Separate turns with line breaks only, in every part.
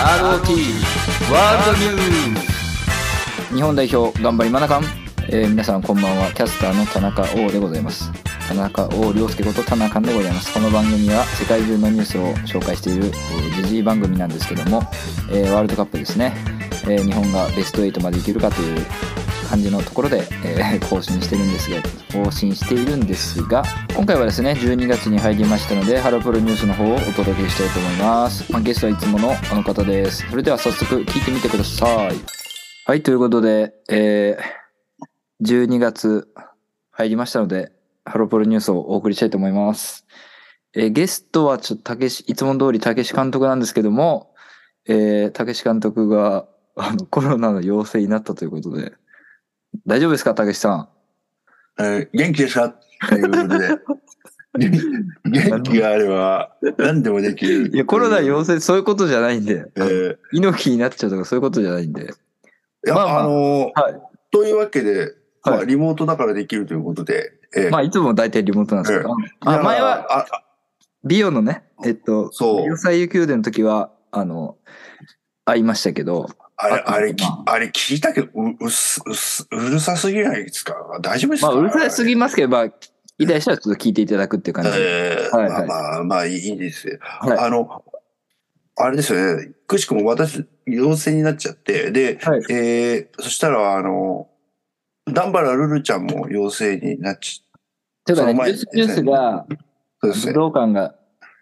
ROT ワールドニュース日本代表頑張りマナカン、えー皆さんこんばんはキャスターの田中王でございます田中王涼介こと田中でございますこの番組は世界中のニュースを紹介しているえー時事、番組なんですけども、えーワールドカップですね、えー日本がベスト8までいけるかという感じのところで、えー更新してるんですが更新しているんですが今回はですね12月に入りましたのでハロプロニュースの方をお届けしたいと思います、まあゲストはいつものあの方ですそれでは早速聞いてみてくださいはいということで、えー12月入りましたのでハロプロニュースをお送りしたいと思います、えーゲストはちょっとたけしいつも通りたけし監督なんですけどもえーたけし監督があのコロナの陽性になったということで大丈夫ですかたけしさん
えー元気ですかということで。 元気があれば何でもできる。
いや、コロナ陽性、そういうことじゃないんで、
えー
猪木になっちゃうとか、そういうことじゃないんで。
いや、
ま
あ
あまあ
のー
はい
というわけで、ま
は
あ、リモートだからできるということで、えー
まあ、いつも大体リモートなんですけど、
い
あ
や
前は、
ああ
美容のね、えっと、
そう
美容最優宮殿の時は、あの、会いましたけど、
あれ、あれ、き
ま
あれ聞いたけど、ううっすうっすうるさすぎないですか大丈夫です
ま
か
あ、うるさすぎますけど、まあ、いたい人はちょっと聞いていただくっていう感じで。
えー
はいはい
まあまあ、まあいいですよ。
はい
あの、あれですよね。くしくも私、陽性になっちゃって、で、
はい
えーそしたら、あの、ダンバラルルちゃんも陽性になっちゃ
ていうかね、
その前
ジュースジュースが、
そうです
武
ね。
道館が、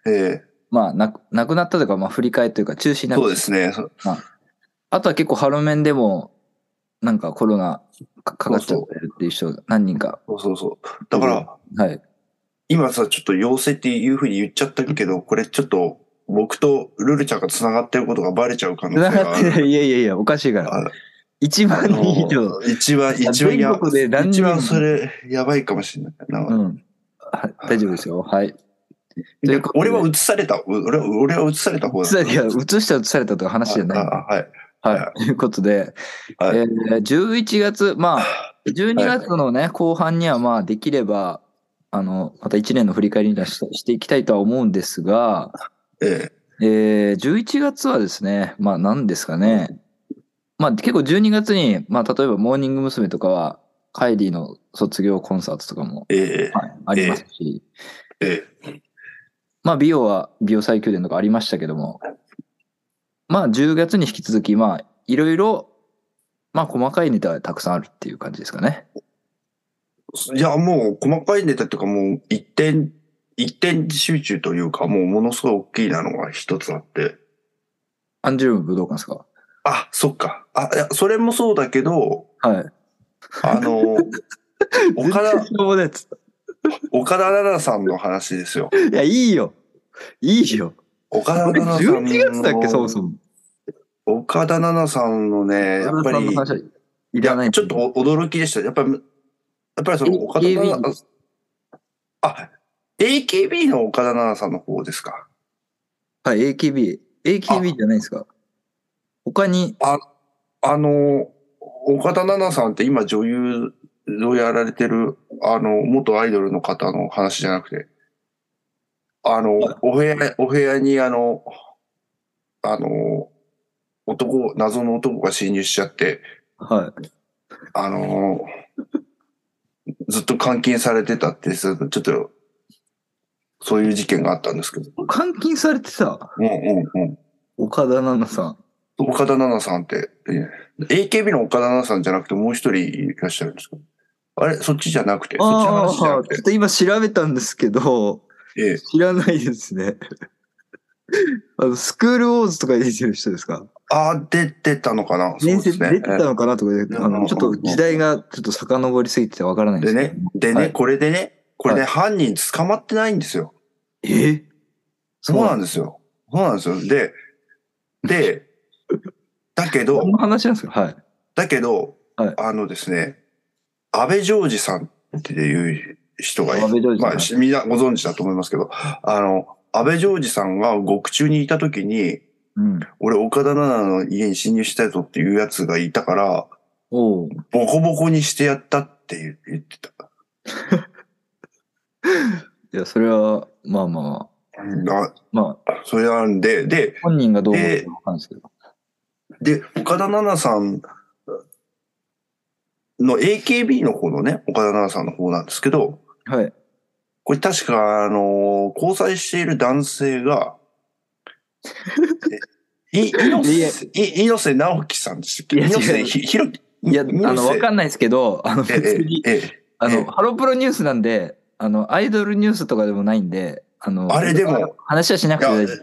え
まあ、なくなくなったというか、まあ、振り替えというか、中止に
ー
なっ
そう
た。
ですね。そう
あとは結構、ハロメンでも、なんかコロナかかかっちゃってるっていう人、何人か。
そうそうそう。だから、
はい。
今さ、ちょっと陽性っていうふうに言っちゃったけど、これちょっと、僕とルルちゃんが繋がってることがバレちゃう可能性が
繋
あ
がって
る。
ない。いやいやいや、おかしいから。
あ
1
あ
万
の
人以上。
一番、一番や
全国で何人
一番それ、やばいかもしれない。なんか
うん。はい大丈夫ですよ。はい。ということ
俺
で
は映された。う俺は、俺は映された方
映
だ。
された、映した映されたとか話じゃない。
ああはい。
はい。ということで、
はい
えー11月、まあ、12月のね、後半には、まあ、できれば、あの、また1年の振り返りに出ししていきたいとは思うんですが、
え
えー、11月はですね、まあ、何ですかね。まあ、結構12月に、まあ、例えば、モーニング娘。とかは、カイリーの卒業コンサートとかも
え、え
はい、ありますし、
え、え
まあ、美容は美容最宮殿とかありましたけども、まあ、10月に引き続き、まあ、いろいろ、まあ、細かいネタがたくさんあるっていう感じですかね。
え。いや、もう、細かいネタとかもう、一点、一点集中というか、もう、ものすごい大きいなのが一つあって。
アンジュルム武道館ですか
あ、そっか。あ、いや、それもそうだけど、
はい。
あ の、岡
全然
田、
しょうもないやつ
岡田奈々さんの話ですよ。
いや、いいよ。いいよ。
岡田
これ
奈々さんの。
11月だっけ、そもそも。
岡田奈々さんのね、やっぱり、
岡田さんの話はいらない
やちょっとお驚きでした。やっぱり、やっぱりその
え
岡田奈
AKB
々あ、AKB の岡田奈々さんの方ですか。
はい、AKB。AKB じゃないですか。他に、
あの、岡田奈々さんって今女優をやられてる、あの、元アイドルの方の話じゃなくて、あの、お部屋、お部屋にあの、あの、男、謎の男が侵入しちゃって、
はい。
あの、ずっと監禁されてたって、ちょっと、そういう事件があったんですけど。
監禁されてた、
うんうんうん。
岡田奈々さん。
岡田奈々さんって、え AKB の岡田奈々さんじゃなくてもう一人いらっしゃるんですかあれそっちじゃなくて、そっちの
ああ、
話じゃなく
ちょ
て
っ。と今調べたんですけど、
ええ
知らないですね。 あの、スクールウォーズとかに出てる人ですか
ああ、出てたのかなそう
面
で
接
す
出
ね。
てたのかなとかで、
うん
あの、ちょっと時代がちょっと遡りすぎててわからないんで
です
けど
ね。、でね、
はい
これでね、これね、
は
犯人捕まってないんですよ。
え
そうなん
で
ですよ。そうなんですよ。で、で、だけど
こ、の話なんですかはい。
だけど、
はい
あのですね、安倍ジョージさんっていう人がい
安倍ジョージ
まあ、
さ
しみんなご存知だと思いますけど、あの、安倍ジョージさんが獄中にいた時に、
ん。うん。
俺、岡田奈々の家に侵入したいぞっていうやつがいたから、
おう
ボコボコにしてやったって言う言ってた。
いや、それは、まあまあまあ、
な
まあ、
それなんで、で、
本人がどう思ってるかわかんないですけど。
で、岡田奈々さんの AKB の方のね、岡田奈々さんの方なんですけど、
はい。
これ確か、あのー交際している男性が、え い、猪瀬、い猪瀬直樹さんでしたっけ
いや違う
猪瀬ひひろき、
いや、あ
猪瀬
の、わかんないですけど、あの、
え
普通に、
え、ええ、
あ
ええ
の、ハロプロニュースなんで、あの、アイドルニュースとかでもないんで、あの、
あれでも、
話はしな
い
くて
や
大丈夫。じ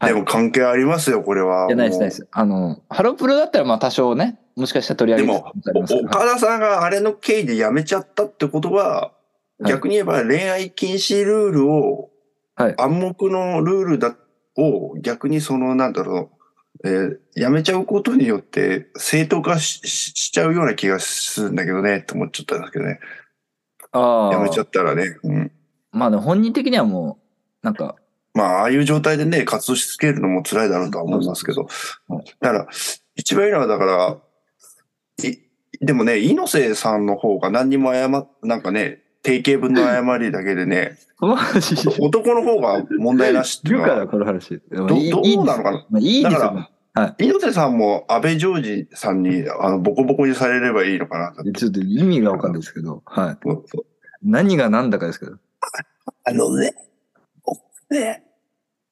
は
で
い
も関係ありますよ、これは。
ゃないです、
も
な
う
いです。あの、ハロプロだったら、まあ、多少ね、もしかしたら取り上げる可能性ありますけ
お
ど
岡田さんがあれの経緯で辞めちゃったってことは、
い
逆に言えば恋愛禁止ルールを、
はい
暗黙のルールだを逆にその、なんだろう、えー辞めちゃうことによって正当化しししちゃうような気がするんだけどね、って思っちゃったんですけどね。
あ
辞めちゃ
あ
っ、たらね。うん、
まあ、でも本人的にはもう、なんか、
まあ、ああいう状態でね、活動し続けるのも辛いだろうとは思いますけど
そうそう。
だから、一番いいのは、だから、い、でもね、猪瀬さんの方が何にも謝、なんかね、定型文の誤りだけでね、
この話、
男の方が問題なしってい
言
う
う
の
か
は
ら、、この話。でも
ど
いい
ど
いいん
う
で
な
す
のかな
まあ、いいで
だ
すよ
か。ら
は
猪瀬さんも安倍ジョージさんに、あの、ボコボコにされればいいのかなと。
いちょっと意味がわかんないですけど、はい。何が何だかですけど。
あのね、僕ね、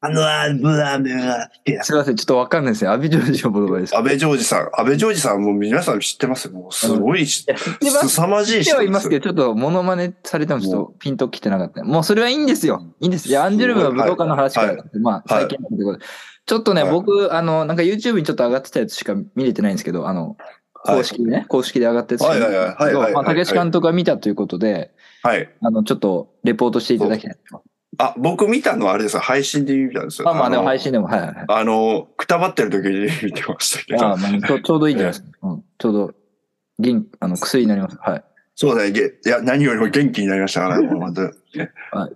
あのアンブラメが好きだ
すいません、ちょっとわかんないですね。アビジョージの言葉です。
安倍ジョージさん、安倍ジョージさんもう皆さん知ってますよ。もうすごいし、
いや知ってます
凄まじい
知って
人
はい
で
ますす
よ
けど、ちょっとモノマネされてもちょっとピンときてなかった。もうそれはいいんですよ。いいんです。じゃあ、アンジュルムの武道館の話から、
は
まあ、最近のことで、ちょっとね、
はい
僕、あの、なんか YouTube にちょっと上がってたやつしか見れてないんですけど、あの、公式でね、公式で上がったやつしか見れてないんですけ
はいはいはいはいは
ど、
い
まあ、竹内監督が見たということで、
はい。
あの、ちょっとレポートしていただきたい。
あ、僕見たのはあれですよ。配信で見たんですよ。
まあまあ、でも
の
配信でも、はいはいはい。
あの、くたばってる時に見てましたけ
あ
ど。
あまあちょちょうどいいんじゃないですか。うん、ちょうど、元あの薬になります。はい。
そうだね。げいや、何よりも元気になりましたから、もうまず。
はい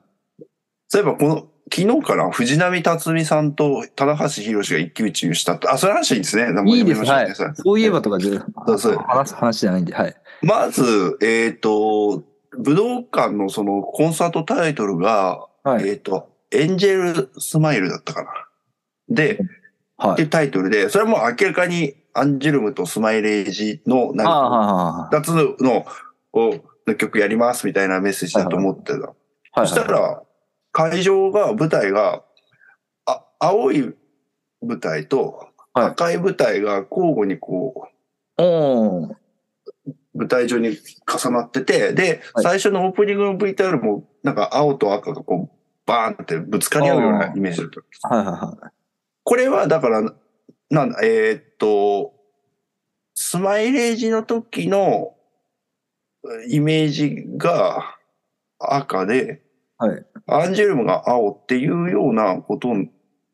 そういえば、この、昨日から藤波辰巳さんと棚橋宏が一騎打ちにしたって。あ、それ話いいですね。なんか
いいです
やめましょうねそれ
そういえばとか全然
そうそう
話す話じゃないんで、はい。
まず、えっ、と、武道館のそのコンサートタイトルが、
はい。
えっ、と、エンジェルスマイルだったかな。で、っ
は
てい
い。
うタイトルで、それはもう明らかにアンジュルムとスマイレージの、なん
ああ、
か、
は
二つの、を、の曲やりますみたいなメッセージだと思ってた。
いはいはい。
そしたら、会場が、舞台が、あ、青い舞台と
はい
赤い舞台が交互にこ
おー
う、舞台上に重なってて、で、
はい
最初のオープニングの VTR も、なんか青と赤がこう、バーンってぶつかり合うようなイメージだった。
はいはいはい。
これはだから、なんだ、えーっと、スマイレージの時のえーイメージが赤で、
はい
アンジュルムが青っていうようなこと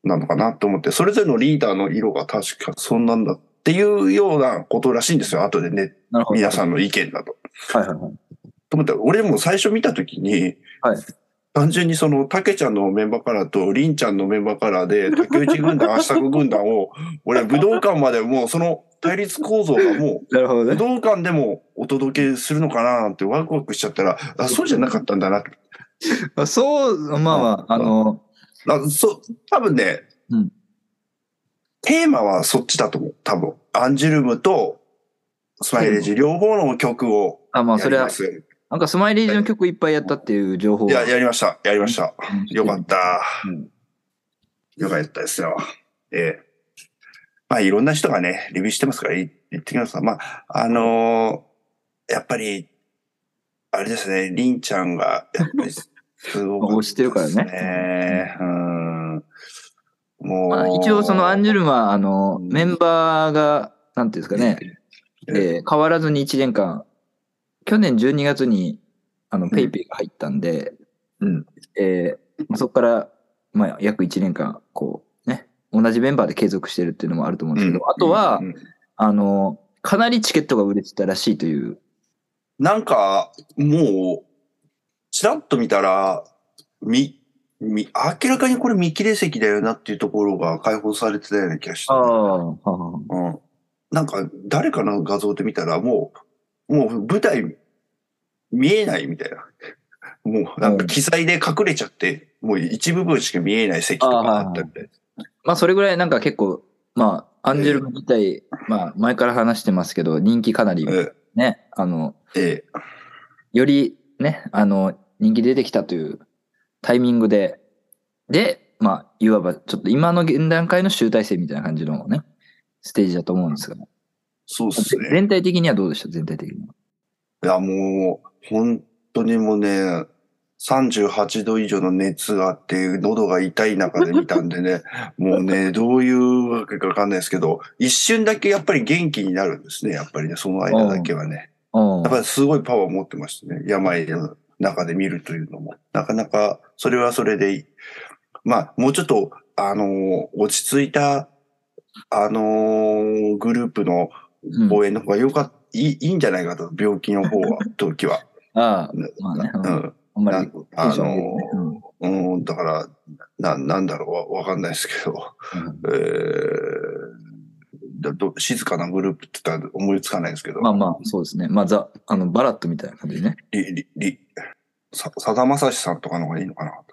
なのかなと思って、それぞれのリーダーの色が確かそんなんだっていうようなことらしいんですよ。後でね、
なるほど。
皆さんの意見だと。
はいはいはい。
と思ったら俺も最初見たときに、
はい
単純にその、たけちゃんのメンバーカラーと、りんちゃんのメンバーカラーで、竹内軍団、足作軍団を、俺、武道館までもう、その対立構造がも
なるほど
う、武
ね。
道館でもお届けするのかななんてワクワクしちゃったら、あ、そうじゃなかったんだな。
あそう、まあまあ、あの、
あそう、多分ね、
うん
テーマはそっちだと思う。多分。アンジュルムと、スマイレージ、両方の曲を
あま
や
あ、そ
り
れは
ま、す。い
なんかスマイレージの曲いっぱいやったっていう情報は
や、やりました。やりました。よかっ。た。
うん
よかったですよ。ええまあ、いろんな人がね、レビューしてますから、い言ってきますが、まあ、あのーやっぱり、あれですね、りんちゃんが、やっ ぱり、すご
推してるからね
ね。うん。もう、
まあ一応、そのアンジュルムは、あの、メンバーが、なんていうんですかね、えー変わらずに1年間、去年12月に、あの、ペイペイが入ったんで、
うん。
えーまあ、そこから、まあ、約1年間、こう、ね、同じメンバーで継続してるっていうのもあると思うんですけど、あとは、
うんうん
あの、かなりチケットが売れてたらしいという、
なんか、もう、ちらっと見たら、み、み、明らかにこれ見切れ席だよなっていうところが解放されてたような気がして。
あ
うん。なんか、誰かの画像で見たら、もう、もう舞台見えないみたいな。 もうなんか記載で隠れちゃって、もう一部分しか見えない席とかあったみたいです。
まあそれぐらいなんか結構、まあアンジェルム自体、まあ前から話してますけど、人気かなり
え
ね、あの、
ええ
よりね、あの、人気出てきたというタイミングで、で、まあ、いわばちょっと今の現段階の集大成みたいな感じのね、ステージだと思うんですが、
そうっすね。
全体的にはどうでした全体的には。
いや、もう、本当にもうね、38度以上の熱があって、喉が痛い中で見たんで ね、もうね、どういうわけかわかんないですけど、一瞬だけやっぱり元気になるんですね、やっぱりね、その間だけはね。
うん
やっぱりすごいパワーを持ってましたね、病の中で見るというのも。なかなか、それはそれでいい。まあ、もうちょっと、あの落ち着いた、あのグループの
うん
応援の方がよかっいいいいんじゃないかと、病気の方は、時は。
ああ、 まあね、あ
う
の
ん
あんまり
な
テ
あ
ンション上げてねうん
うん、だから、な、なんだろうわ、わかんないですけど、
う
え
ん
ーだど静かなグループって言ったら思いつかないですけど、
まあまあ、そうですね。まあ、ザ、あの、バラットみたいな感じでね。
り、り、り、さ、さだまさしさんとかの方がいいのかな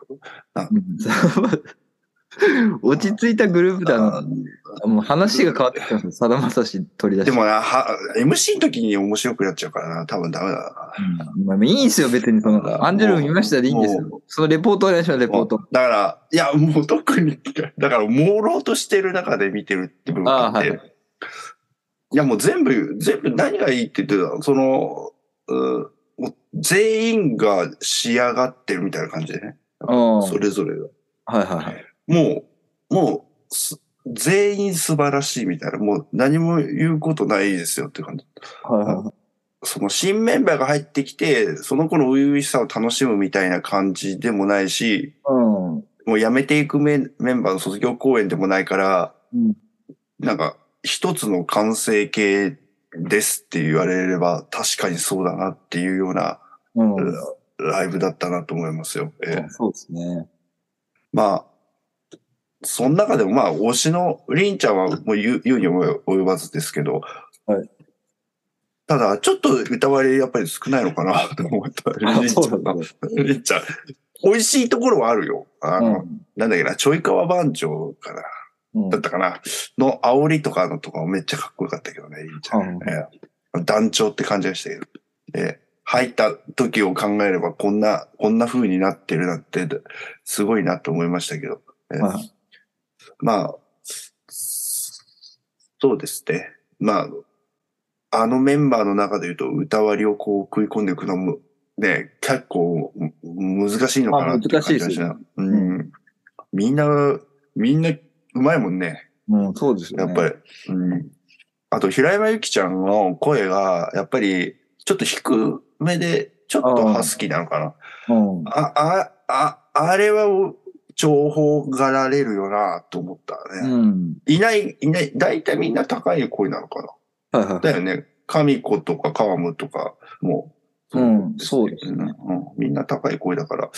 落ち着いたグループだ
あ
な。もう話が変わってきますね。さだまさし取り出し
で
て。
もな、は、MC の時に面白くやっちゃうからな、多分ダメだ
うんまあ、いいんですよ、別に。その、アンジェルム見ましたでいいんです
も
よ。そのレポートお願いします、レ
な。
ポート。
だから、いや、もう特に、だから、朦朧としてる中で見てるって部分があって、、
あはい
や、もう全部、全部何がいいって言ってたのその、うんもう全員が仕上がってるみたいな感じでね。
うん
それぞれが。
はいはいはい。
もう、もうす、全員素晴らしいみたいな、もう何も言うことないですよっていう感じ。
はいはいはい
その新メンバーが入ってきて、その子の初々しさを楽しむみたいな感じでもないし、
うん。
もう辞めていくメンメンバーの卒業公演でもないから、
うん
なんか一つの完成形ですって言われれば確かにそうだなっていうような
うん
ライブだったなと思いますよ。ええ
そうですね。
まあ、その中でもまあ、推しの、りんちゃんはもう言う言うに及ばずですけど、
はい
ただ、ちょっと歌割りやっぱり少ないのかなと思った。りんちゃ
そ
ん
うなんで
のりんちゃん。美味しいところはあるよ。あ
う
の、
ん
なんだっけな、ちょいかわ番長かな。
うん
だったかな。の煽りとかのとかもめっちゃかっこよかったけどね、りんちゃん。
うん
ええ団長って感じがしたけど。ええ入った時を考えれば、こんな、こんな風になってるなんて、すごいなと思いましたけど。ええ
はい
まあ、そうですね。まあ、あのメンバーの中で言うと、歌割りをこう食い込んでいくのも、ね、結構む難しいのかなっていう感じがし
ま
な。うん。みんな、みんな、うまいもんね。
うん、そうです
や
よ
っ
ね。
ぱり。うん。あと、平山由紀ちゃんの声が、やっぱり、ちょっと低めで、ちょっとハスキーなのかな。
うん。
あ、あ、あ、あれは、重宝がられるよな、と思ったね。
うん。
いない、いない、大体みんな高い声なのかな。
はいはい。
だよね。神子とか川ムとかも。
うん、そうですね。
うん。みんな高い声だから、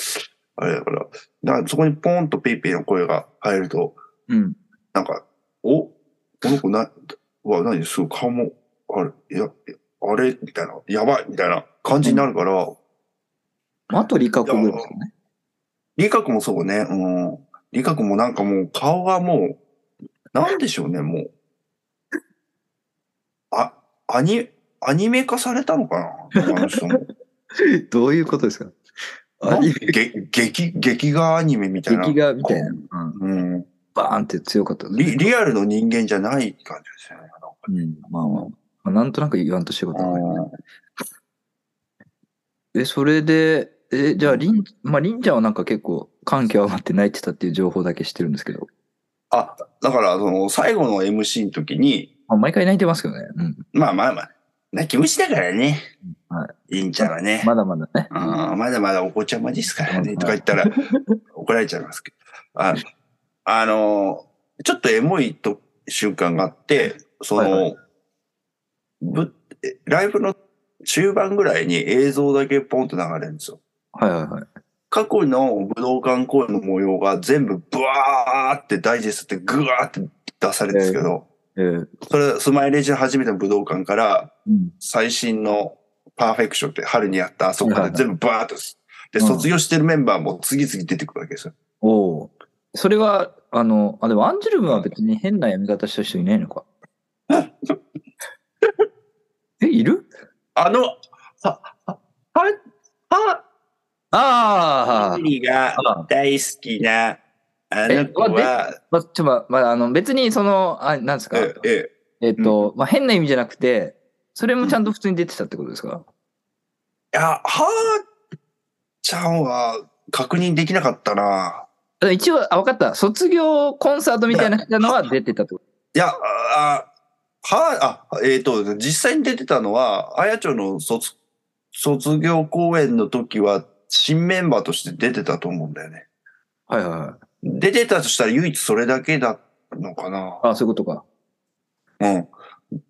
あれだから、だからそこにポンとペイペイの声が入ると、
うん。
なんか、おこの子な、は何すごい顔も、あれ、いや、あれみたいな、やばいみたいな感じになるから、
あと、リカコぐらいですかね。
理学もそうね、うん。理学もなんかもう顔がもう、なんでしょうね、もう。あ、アニ、アニメ化されたのかなあの人 も。
どういうことですか
な
あ
ん
いい
げ劇、劇画アニメみたいな。
劇画みたいな。
こ
うん
う。うん。
バーンって強かったですね。
リ、リアルの人間じゃない感じですよね。
うん、まあまあ。まあ、なんとなく言わんとしてることはわかる
うん
え、それで、え、じゃあ、りん、まあ、りんちゃんはなんか結構、感極まって泣いてたっていう情報だけ知ってるんですけど。
あ、だから、その、最後の MC の時に、
まあ、毎回泣いてますけどね。うん。
まあまあまあ、泣き虫だからね。
は
りんちゃんはね。
まだまだね。
うんまだまだお子ちゃまですから
う
ね、
ん
とか言ったら 怒られちゃいますけど。ああの、ちょっとエモいと瞬間があって、その、
はいは
ぶえライブの中盤ぐらいに映像だけポンと流れるんですよ。
はいはいはい。
過去の武道館公演の模様が全部ブワーってダイジェストでグワーって出されるんですけど、
えー
それ、スマイレージの初めての武道館から
うん。
最新のパーフェクションって春にやったあそこまで全部バーッとで、
うん
卒業してるメンバーも次々出てくるわけですよ。
おおー。それは、あの、あ、でもアンジュルムは別に変なやめ方した人いない のか。え、いる
あの、は、は、は、
あ
は、リが
あ。
大好きな、あの子は、
ま、ちょ、ま、まあ、あの、別にその、あ、なんですか。
ええ、え
えっと、まあ、変な意味じゃなくて、それもちゃんと普通に出てたってことですか、
え、いや、はーちゃんは確認できなかったな。
あ一応、あ、わかった。卒業コンサートみたいなのは出てたってこ
いや、あ、は、あ、えっ、と、実際に出てたのは、あやちょの卒、卒業公演の時は、新メンバーとして出てたと思うんだよね。
と。はいはいはい。
出てたとしたら唯一それだけだったのかな。
あそういうことか。
うん。
い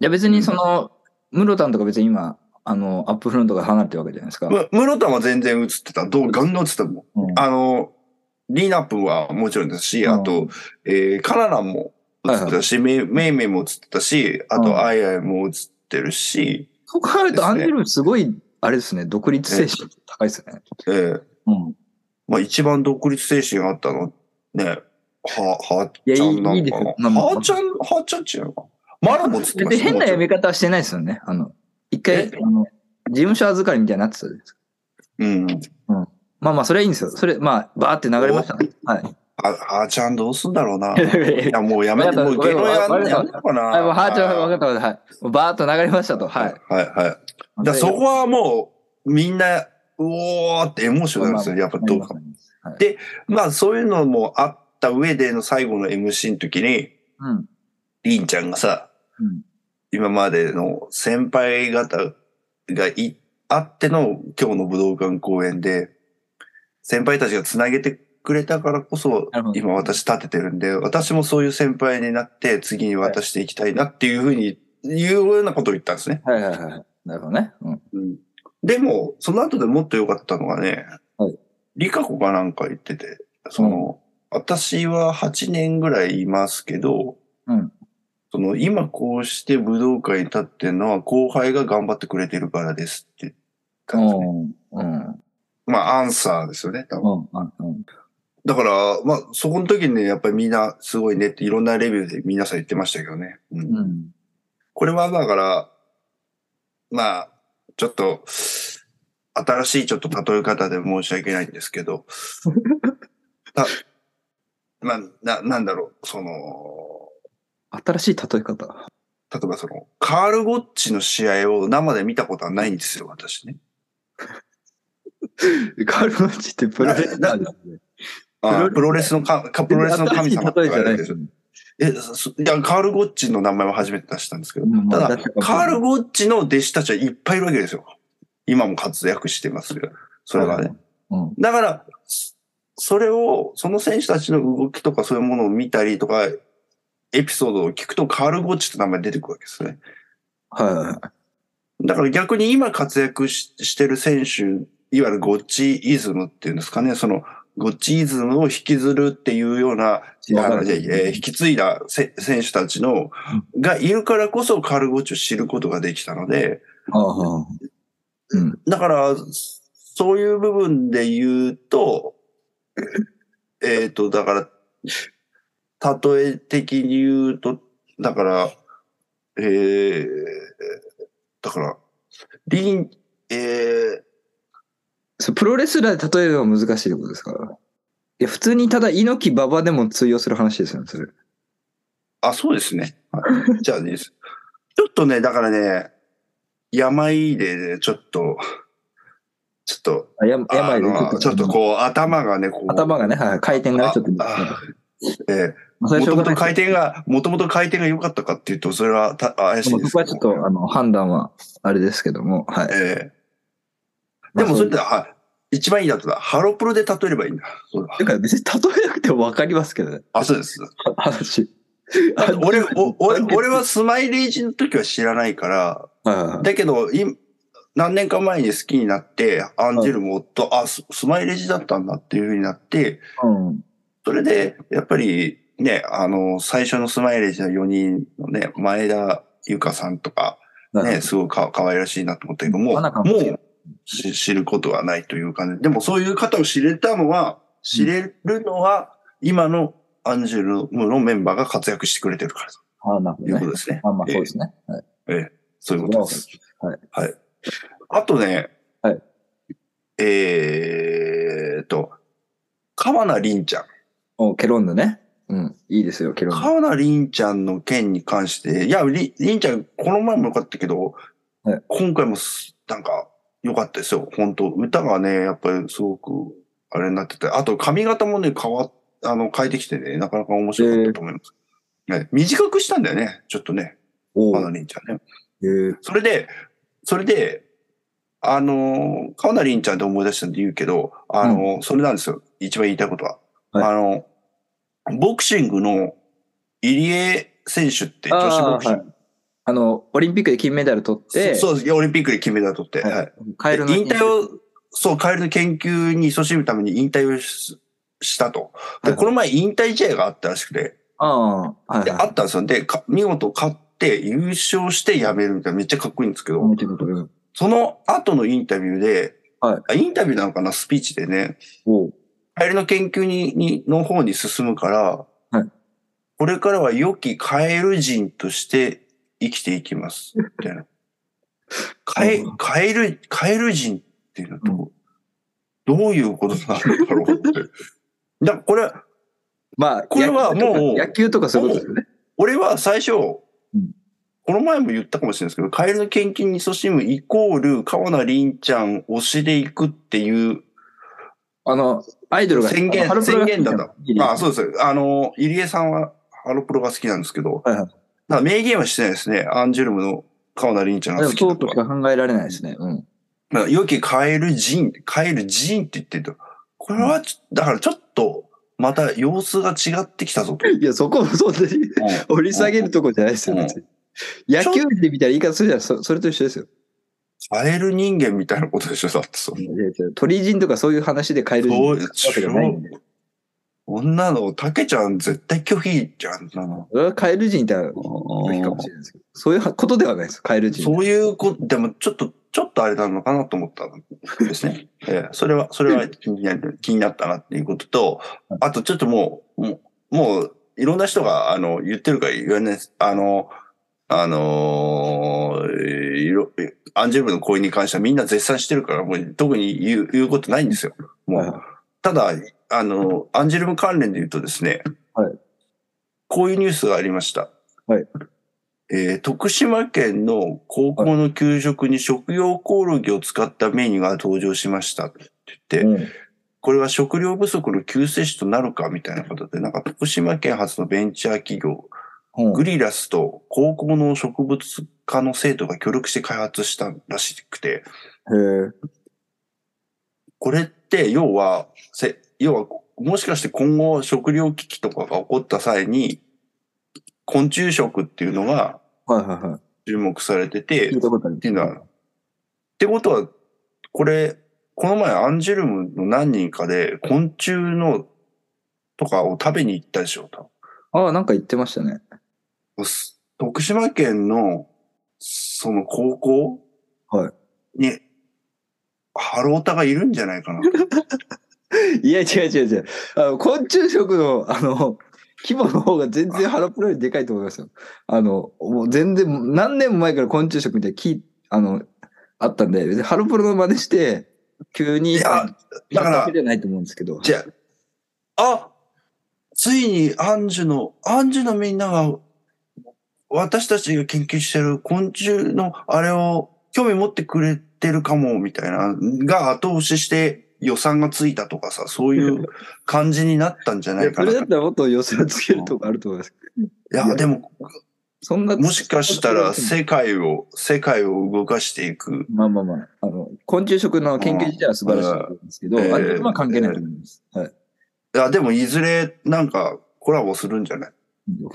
や、別にその、ムロタンとか別に今、あの、アップフロントから離れてるわけじゃないですか。
む、室田は全然映ってた。どう、ガンガン映ってたもん。
うん
あの、リーナップはもちろんですし、
うん
あと、えー、カナランも映ってたし、メイメイメイも映ってたし、あ
うん
と、アイアイも映ってるし、
そう考えると、
です
アン
ね
ジェルムすごい、あれですね、独立精神高いですね。
えー、
うん。
まあ一番独立精神あったの、ね、は、はーちゃんない
やい
の
いいいですよ
か
ま
な。
あまあ
はーちゃん、はーちゃんっていうのかな。マラも映って
別
ま
に
した
変なや
もち
め方はしてないですよね。あの、一回
え、
あの事務所預かりみたいになってたじゃないですか。
ろんうん。
まあまあ、それはいいんですよ。それ、まあ、バーって流れましたね。 はい。
あ、はーちゃんどうすんだろうな。い
は
や、もうやめて、もうゲロや
わかっ
ん
た
やんのかな。
い、もう、はーちゃん、わかったわかった。はい。バーっと流れましたと。はい。
はい、はい。だからそこはもう、みんな、うおーってエモーションなんですよ。やっぱどうか。
はい
でまあそういうのもあった上での最後の MC の時に、
うん。
りんちゃんがさ、
うん
今までの先輩方がい、あっての今日の武道館公演で、先輩たちがつなげてくれたからこそ
なるほ、ど
今私立ててるんで、私もそういう先輩になって、次に渡していきたいなっていうふうに、いうようなことを言ったんですね。
はいはいはい。なるほどね。うん。
でも、その後でもっと良かったのがね、
はい
リカ子がなんか言ってて、その、私は8年ぐらいいますけど、
うん
その、今こうして武道会に立ってるのは後輩が頑張ってくれてるからですって言ったんですね。
うん。うん。
まあ、アンサーですよね、多分
うん。うん。
だから、まあ、そこの時にね、やっぱりみんなすごいねっていろんなレビューで皆さん言ってましたけどね。うん
うん。
これはだから、まあ、ちょっと、新しいちょっと例え方で申し訳ないんですけ ど、たまあ、な、なんだろう、その、
新しい例え方。
例えばその、カール・ゴッチの試合を生で見たことはないんですよ、私ね。
カールマッチってプロレスラーですね。
あプロレスのかか、プロレスの神様って
新
言
し
わ
い例えじゃ
れて
ない
る
で
ですしょ
ね。
え、そいや、カール・ゴッチの名前は初めて出したんですけど、
うんまあ
ただ
出したかもしれ
カ
な
ー
い
ル・ゴッチの弟子たちはいっぱいいるわけですよ。今も活躍してますよ。それがね。
うん。
だから、そそれを、その選手たちの動きとかそういうものを見たりとか、エピソードを聞くと、カール・ゴッチって名前出てくるわけですね。
はいはいはい。
だから逆に今活躍ししてる選手、いわゆるゴッチイズムっていうんですかね、その、ゴッチイズムを引きずるっていうような、
わか
あ
る
のいやいや引き継いだせ選手たちの、がいるからこそカール・ゴッチを知ることができたので、
ああ。うん。
だから、そういう部分で言うと、 えっ、と、だから、例え的に言うと、だから、えー、だから、リン、えー、
そうプロレスラーで例えるのは難しいってことですから。いや、普通にただ猪木馬場でも通用する話ですよね、それ。
あ、そうですね。はいじゃあいいです。ちょっとね、だからね、病でね、ちょっと、ちょっと、
あ、や、
あ
病で
のちょっとこう、頭がね、こう、
頭がね、はい、回転がねちょっと。
ああえー
まあ、それ
も
はし
と
ょう
も
がない
と
です
回転が、もともと回転が良かったかっていうと、それはた怪しい
まあ
です
僕
け
は
ど。
ちょっと、あの、判断は、あれですけども、はい。
ええでもそれって、
だ。
は一番いいだとだ。ハロプロで例えればいいんだ。そうだ
だから別に例えなくても分かりますけどね、
あ、そう です。
話。
だって俺、お俺
あ
俺はスマイレージの時は知らないから、
はいはいはい
だけど、今何年か前に好きになって、アンジェルも夫、あ、ススマイレージだったんだっていうふうになって、
うん。
それで、やっぱり、ね、あの、最初のスマイレージの4人のね、前田由香さんとか、
なるほ
ね、
ど
すごいか可愛らしいなと思ったけども、
まあなんか
もう、し知ることはないという感じ。でもそういう方を知れたのは、知れるのは、今のアンジュルムのメンバーが活躍してくれてるからと
ああ、なるほ
いう
ど
こ
ね
と。ですね。
まあまあ、そうですね。はい
ええ、そういうことです。あとね、
はい
えーっと、川名凛ちゃん。
おケロンヌね。うん。いいですよ、ケロンヌ。
川名凛ちゃんの件に関して、いや、り凛ちゃん、この前も良かったけど、
はい
今回もすなんか良かったですよ。本当歌がね、やっぱりすごく、あれになってて、あと髪型もね、変わっ、あの、変えてきてね、なかなか面白かったと思います。ね、短くしたんだよね、ちょっとね、
お
川
う
名凛ちゃんね。
へー
それで、それで、あのー、川名凛ちゃんで思い出したんで言うけど、あのーそれなんですよ。一番言いたいことは。
はい
あの、ボクシングの入江選手って女子ボクシン
あーはいあの、オリンピックで金メダル取っ
グ、
て、
そう、オリンピックで金メダル取って、
はい
はい
カエルの
引退を、そう、カエルの研究に勤しむために引退をししたと。で、
はい
この前引退試合があったらしくて、
ああ、はい
で、あ
は
ったんですよ。で、か見事勝って優勝して辞めるみたいな、めっちゃかっこいいんですけど、
い。見てくれる
その後のインタビューで、
はい
あインタビューなのかな、スピーチでね、
おう
カエルの研究ににの方に進むから、
はい
これからは良きカエル人として生きていきます、みたい な。カエ
うん
カエル、カエル人っていうの
う
と、どういうことなんだろうって。 だからこれ、
まあ、
これはもう
野球とかそういうことですよね。
俺は最初、
ん
この前も言ったかもしれないですけど、カエルの献金に勤しむイコール、川名凛ちゃん推しでいくっていう
あの、アイドルが
宣言
あのハロプロが好きな
宣言だまあそうです。あの、入江さんはハロプロが好きなんですけど、
はいはい
だから明言はしてないですね。アンジュルムの川名凛ちゃん
で
が
も
好き
そう
だ
と
と
し
か。
か考えられないですね。うん。
だから良きカエル人、カエル人って言ってると。これはちょ、だからちょっと、また様子が違ってきたぞと。
いや、そこもそんなに掘り下げるとこじゃないですよ、
うん
別に野球ってみたいな言い方するじゃん。そそれと一緒ですよ。
カエル人間みたいなことでしょ、だってそう。
いやいや鳥人とかそういう話で変える
そう
わ
いう
けじゃないんで。
女の、たけちゃん絶対拒否じゃん、なの。
それはカエル人って言ったら拒否かもしれないですけど、そういうことではないです、カエル人。
そういうこと、でもちょっと、ちょっとあれなのかなと思ったんです ね。ええそれは、それは気になる気になったなっていうことと、あとちょっともう、もう、もういろんな人が、あの、言ってるから言わないです。あの、あのーいろ、アンジェルムの行為に関してはみんな絶賛してるから、もう特に言う、言うことないんですよ。も
はいうはい。
ただ、あの、アンジェルム関連で言うとですね、
はい
こういうニュースがありました。
はい
えー徳島県の高校の給食に食用コオロギを使ったメニューが登場しましたって言って、
うん
これは食料不足の救世主となるかみたいなことで、なんか徳島県発のベンチャー企業、
うん
グリラスと高校の植物科の生徒が協力して開発したらしくて、
へえ
これって、要は、せ、要は、もしかして今後食料危機とかが起こった際に、昆虫食っていうのが
はいはいはい。
注目されてて、
聞い
った
ことある。
ていうのは、ってことは、これ、この前アンジュルムの何人かで昆虫のとかを食べに行ったでしょ、多
ああ、なんか言ってましたね。
分す徳島県の、その高校
は
に、ハロータがいるんじゃないかな。
い。いや、違う違う違う。あの、昆虫食の、あの、規模の方が全然ハロプロよりでかいと思いますよ。あの、もう全然、何年も前から昆虫食みたいなき、あの、あったんで、別にハロプロの真似して、急
い
に、
やだから
じゃないと思うんですけど。
じゃあ、あついにアンジュの、アンジュのみんなが、私たちが研究してる昆虫のあれを興味持ってくれてるかも、みたいな、が後押しして予算がついたとかさ、そういう感じになったんじゃない
いやそ
かな。
れ
い
だったらもっと寄せつけるとこあると思います。
や、でも、
そんな、
もしかしたら
せ
世界を、世界を動かしていく。
まあまあまあ、あの、昆虫食の研究自体は素晴らしいと思うんですけど、
うんうん
あれは関係ないと思います。はい。
いや、でもいずれなんかコラボするんじゃない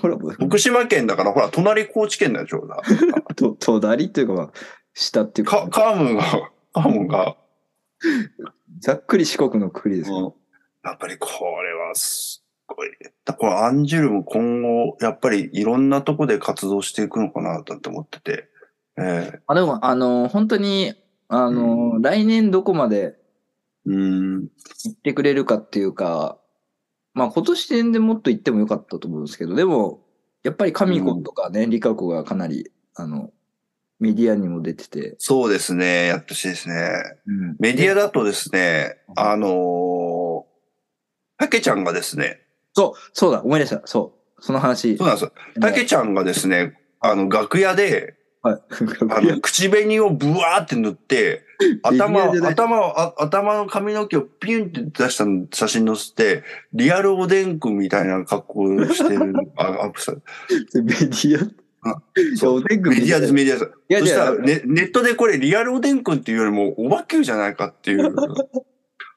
ほら、僕、
徳島県だから、ほら、隣高知県だよ、ちょうど。
と、とだりというか、まあ、下っていう
か
か、
カームンが、カームンが、
ざっくり四国のくくりですよ。
やっぱりこれはすっごい。だからこれアンジュルム今後、やっぱりいろんなとこで活動していくのかな、だって思ってて。ええ
あでも、あの、本当に、あの、
う
来年どこまで
うん。
行ってくれるかっていうか、まあ今年点でもっと行ってもよかったと思うんですけど、でも、やっぱり神子とかね、リカ子がかなり、あの、メディアにも出てて、
そうですね。やっとしてですね。メディアだとですね、あのー、たけちゃんがですね、
そう、そうだ、思い出した、そう、その話。
そうなんですよ。たけちゃんがですね、あの、楽屋で、
はい。
あの、口紅をブワーって塗 って、頭を、頭を、あ頭の髪の毛をピュンって出したの写真載せて、リアルおでんくんみたいな格好をしてる、あ、 アップさ
メディア
あ。そう
いやおでんくん
メディアです、メディアです。
いや
そ
い
した
や
ら、ね、ネットでこれリアルおでんくんっていうよりも、おばきゅうじゃないかって いう。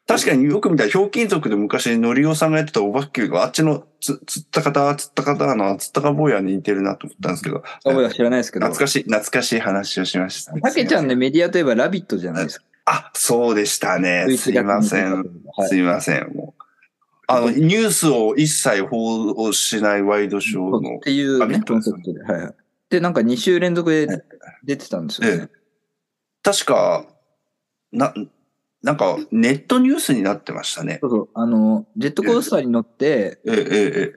確かによく見たら、ひょうきん族で昔、のりおさんがやってたおばきゅうが、あっちのつ、つったかた、つったかたの、つったか坊やに似てるなと思ったんですけど、
あ僕は知らないですけど、
懐
た
かしい、懐かしい話をしました。
けちゃんね、メディアといえばラビットじゃないですか。
あ、そうでしたね。すいません。
はい
すいません。もう。あの、ニュースを一切報道しないワイドショー
っ
の。
ていう、
ラビ
ね
ッ、トで
コン
す
セ
よ
プ
ね
トで。はいはい。で、なんか2週連続
は
で
い
出てたんですよ
え
ね
え。確か、な、なんか、ネットニュースになってましたね。
そうそう、あの、ジェットコースターに乗って、
ええ、え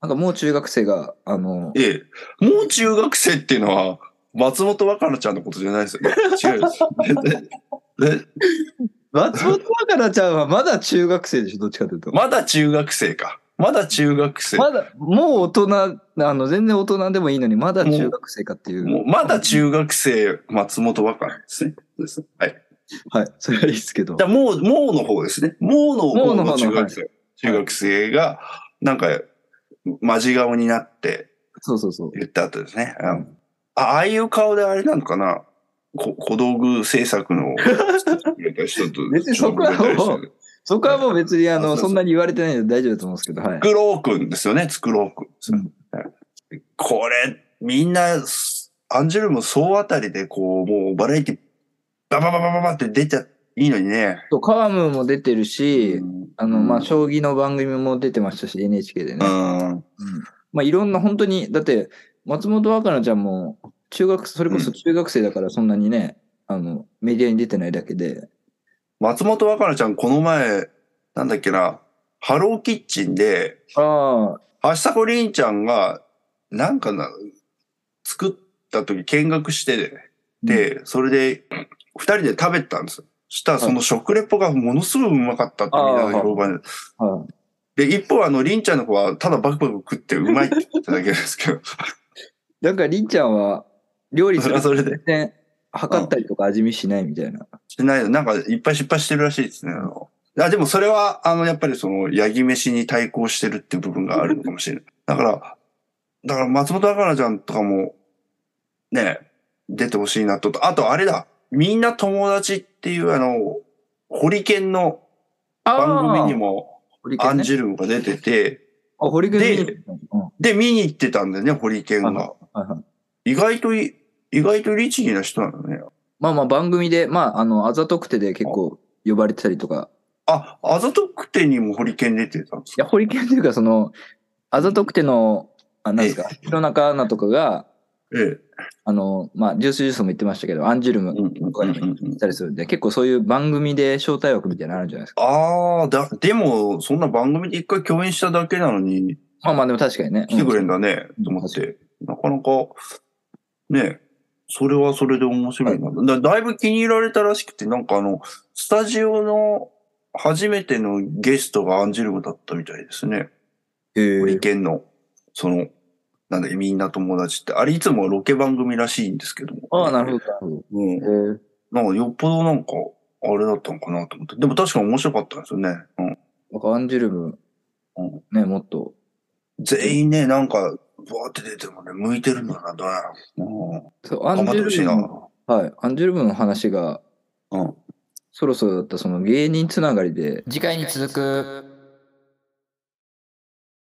なんかもう中学生が、あの
え、、ええ。もう中学生っていうのは、松本若菜ちゃんのことじゃないです よね。違うです。でで
松本若菜ちゃんはまだ中学生でしょ、どっちかというと。
まだ中学生か。まだ中学生。
まだ、もう大人、あの、全然大人でもいいのに、まだ中学生かっていう。
もうまだ中学生、松本若菜ですね。そうですはい。
はい、それはいいですけど
じ。ゃあ、もう、もうの方ですね。もうの方
もうの方の
の中学生。中学生が、なんか、マジ顔になって
そうそうそう。
言った後ですね。うんあああいう顔であれなのかなこ小道具制作の作ってくれた人と。
別にそこは
ちょっと似てたりしてる
そこはもう別に、あの、
あそうそ
そ
うん
なに言われてないので大丈夫だと思うんですけど、はい
つ。くろうくんですよね。つくろうくんですよ
う
ね。はいこれ、みんな、アンジュルム総あたりで、こう、もうバラエティ、ババババババって出ちゃいいのにね。
と、カワムーも出てるし、
うん
あの、ま
う
あ、
ん
将棋の番組も出てましたし、NHK でね。
うん。
まあ、いろんな本当に、だって、松本若菜ちゃんも、中学、それこそ中学生だからそんなにね、あの、メディアに出てないだけで、
松本若菜ちゃん、この前、なんだっけな、ハローキッチンで、
ああ、
橋迫凛ちゃんが、なんかな、作った時見学して、で、それで、二人で食べたんですよ。したら、
はい
その食レポがものすごいうまかったってみんなが評判
は
で。で、一方、あの、凛ちゃんの方は、ただバクバク食ってうまいって言っただけです けど、
い。だから、りんちゃんは、料理
そ
す
れ
る
はそれで、
全然測ったりとか味見しないみたいな。
しないの、なんか、いっぱい失敗してるらしいですね。あのあでも、それは、あの、やっぱりその、ヤギ飯に対抗してるっていう部分があるのかもしれない。だから、だから、松本若菜ちゃんとかも、ね、出てほしいなと。あと、あれだ、みんな友達っていう、あの、ホリケンの番組に
も、
も、
ホリケ
ア
ン、
ン
ね。
ジュルムが出てて、
あ、ホリケン
で
見に行ったの
で、見に行ってたんだよね、ホリケンが。
あうんはいはい
意外とい、意外と律儀な人なのね。
まあまあ、番組で、まあ、あの、あざとくてで結構呼ばれてたりとか、
あ、あざとくてにもホリケン出てたんです
いや、ホリケンというか、その、あざとくての、あなんですか、弘中アナとかが、
ええ。
あの、まあ、ジュースジュースも言ってましたけど、アンジュルム
うんうん
とか
うん
に
う
も
んうん
行ったりするんで、結構そういう番組で招待枠みたいなのあるんじゃないですか。
ああ、だ、でも、そんな番組で一回共演しただけなのに、
まあまあ、でも確かにね。
来てくれん
だ。
だね、
うん
と思って。なかなか、ねえ、それはそれで面白いな。だだいぶ気に入られたらしくて、なんかあの、スタジオの初めてのゲストがアンジュルムだったみたいですね。
え
ホリ
ー、
ケンの、その、なんだっけ、みんな友達って。あれ、いつもロケ番組らしいんですけども。
ああ、なるほどなるほど。
ほど。うん
え。ー、
なんか、よっぽどなんか、あれだったのかなと思って。でも確かに面白かったんですよね。うん。
なんかアンジュルム
うん、
ね、もっと、
全員ね、なんか、ぶわーって出てもね、向いてるんだな、どうやら。う
そうア
ん。頑
ン
張って
ジュ
ほしい
ルム
な。
の、はい、アンジュルムの話が、
うん。
そろそろだったその芸人つながりで、次回に続く。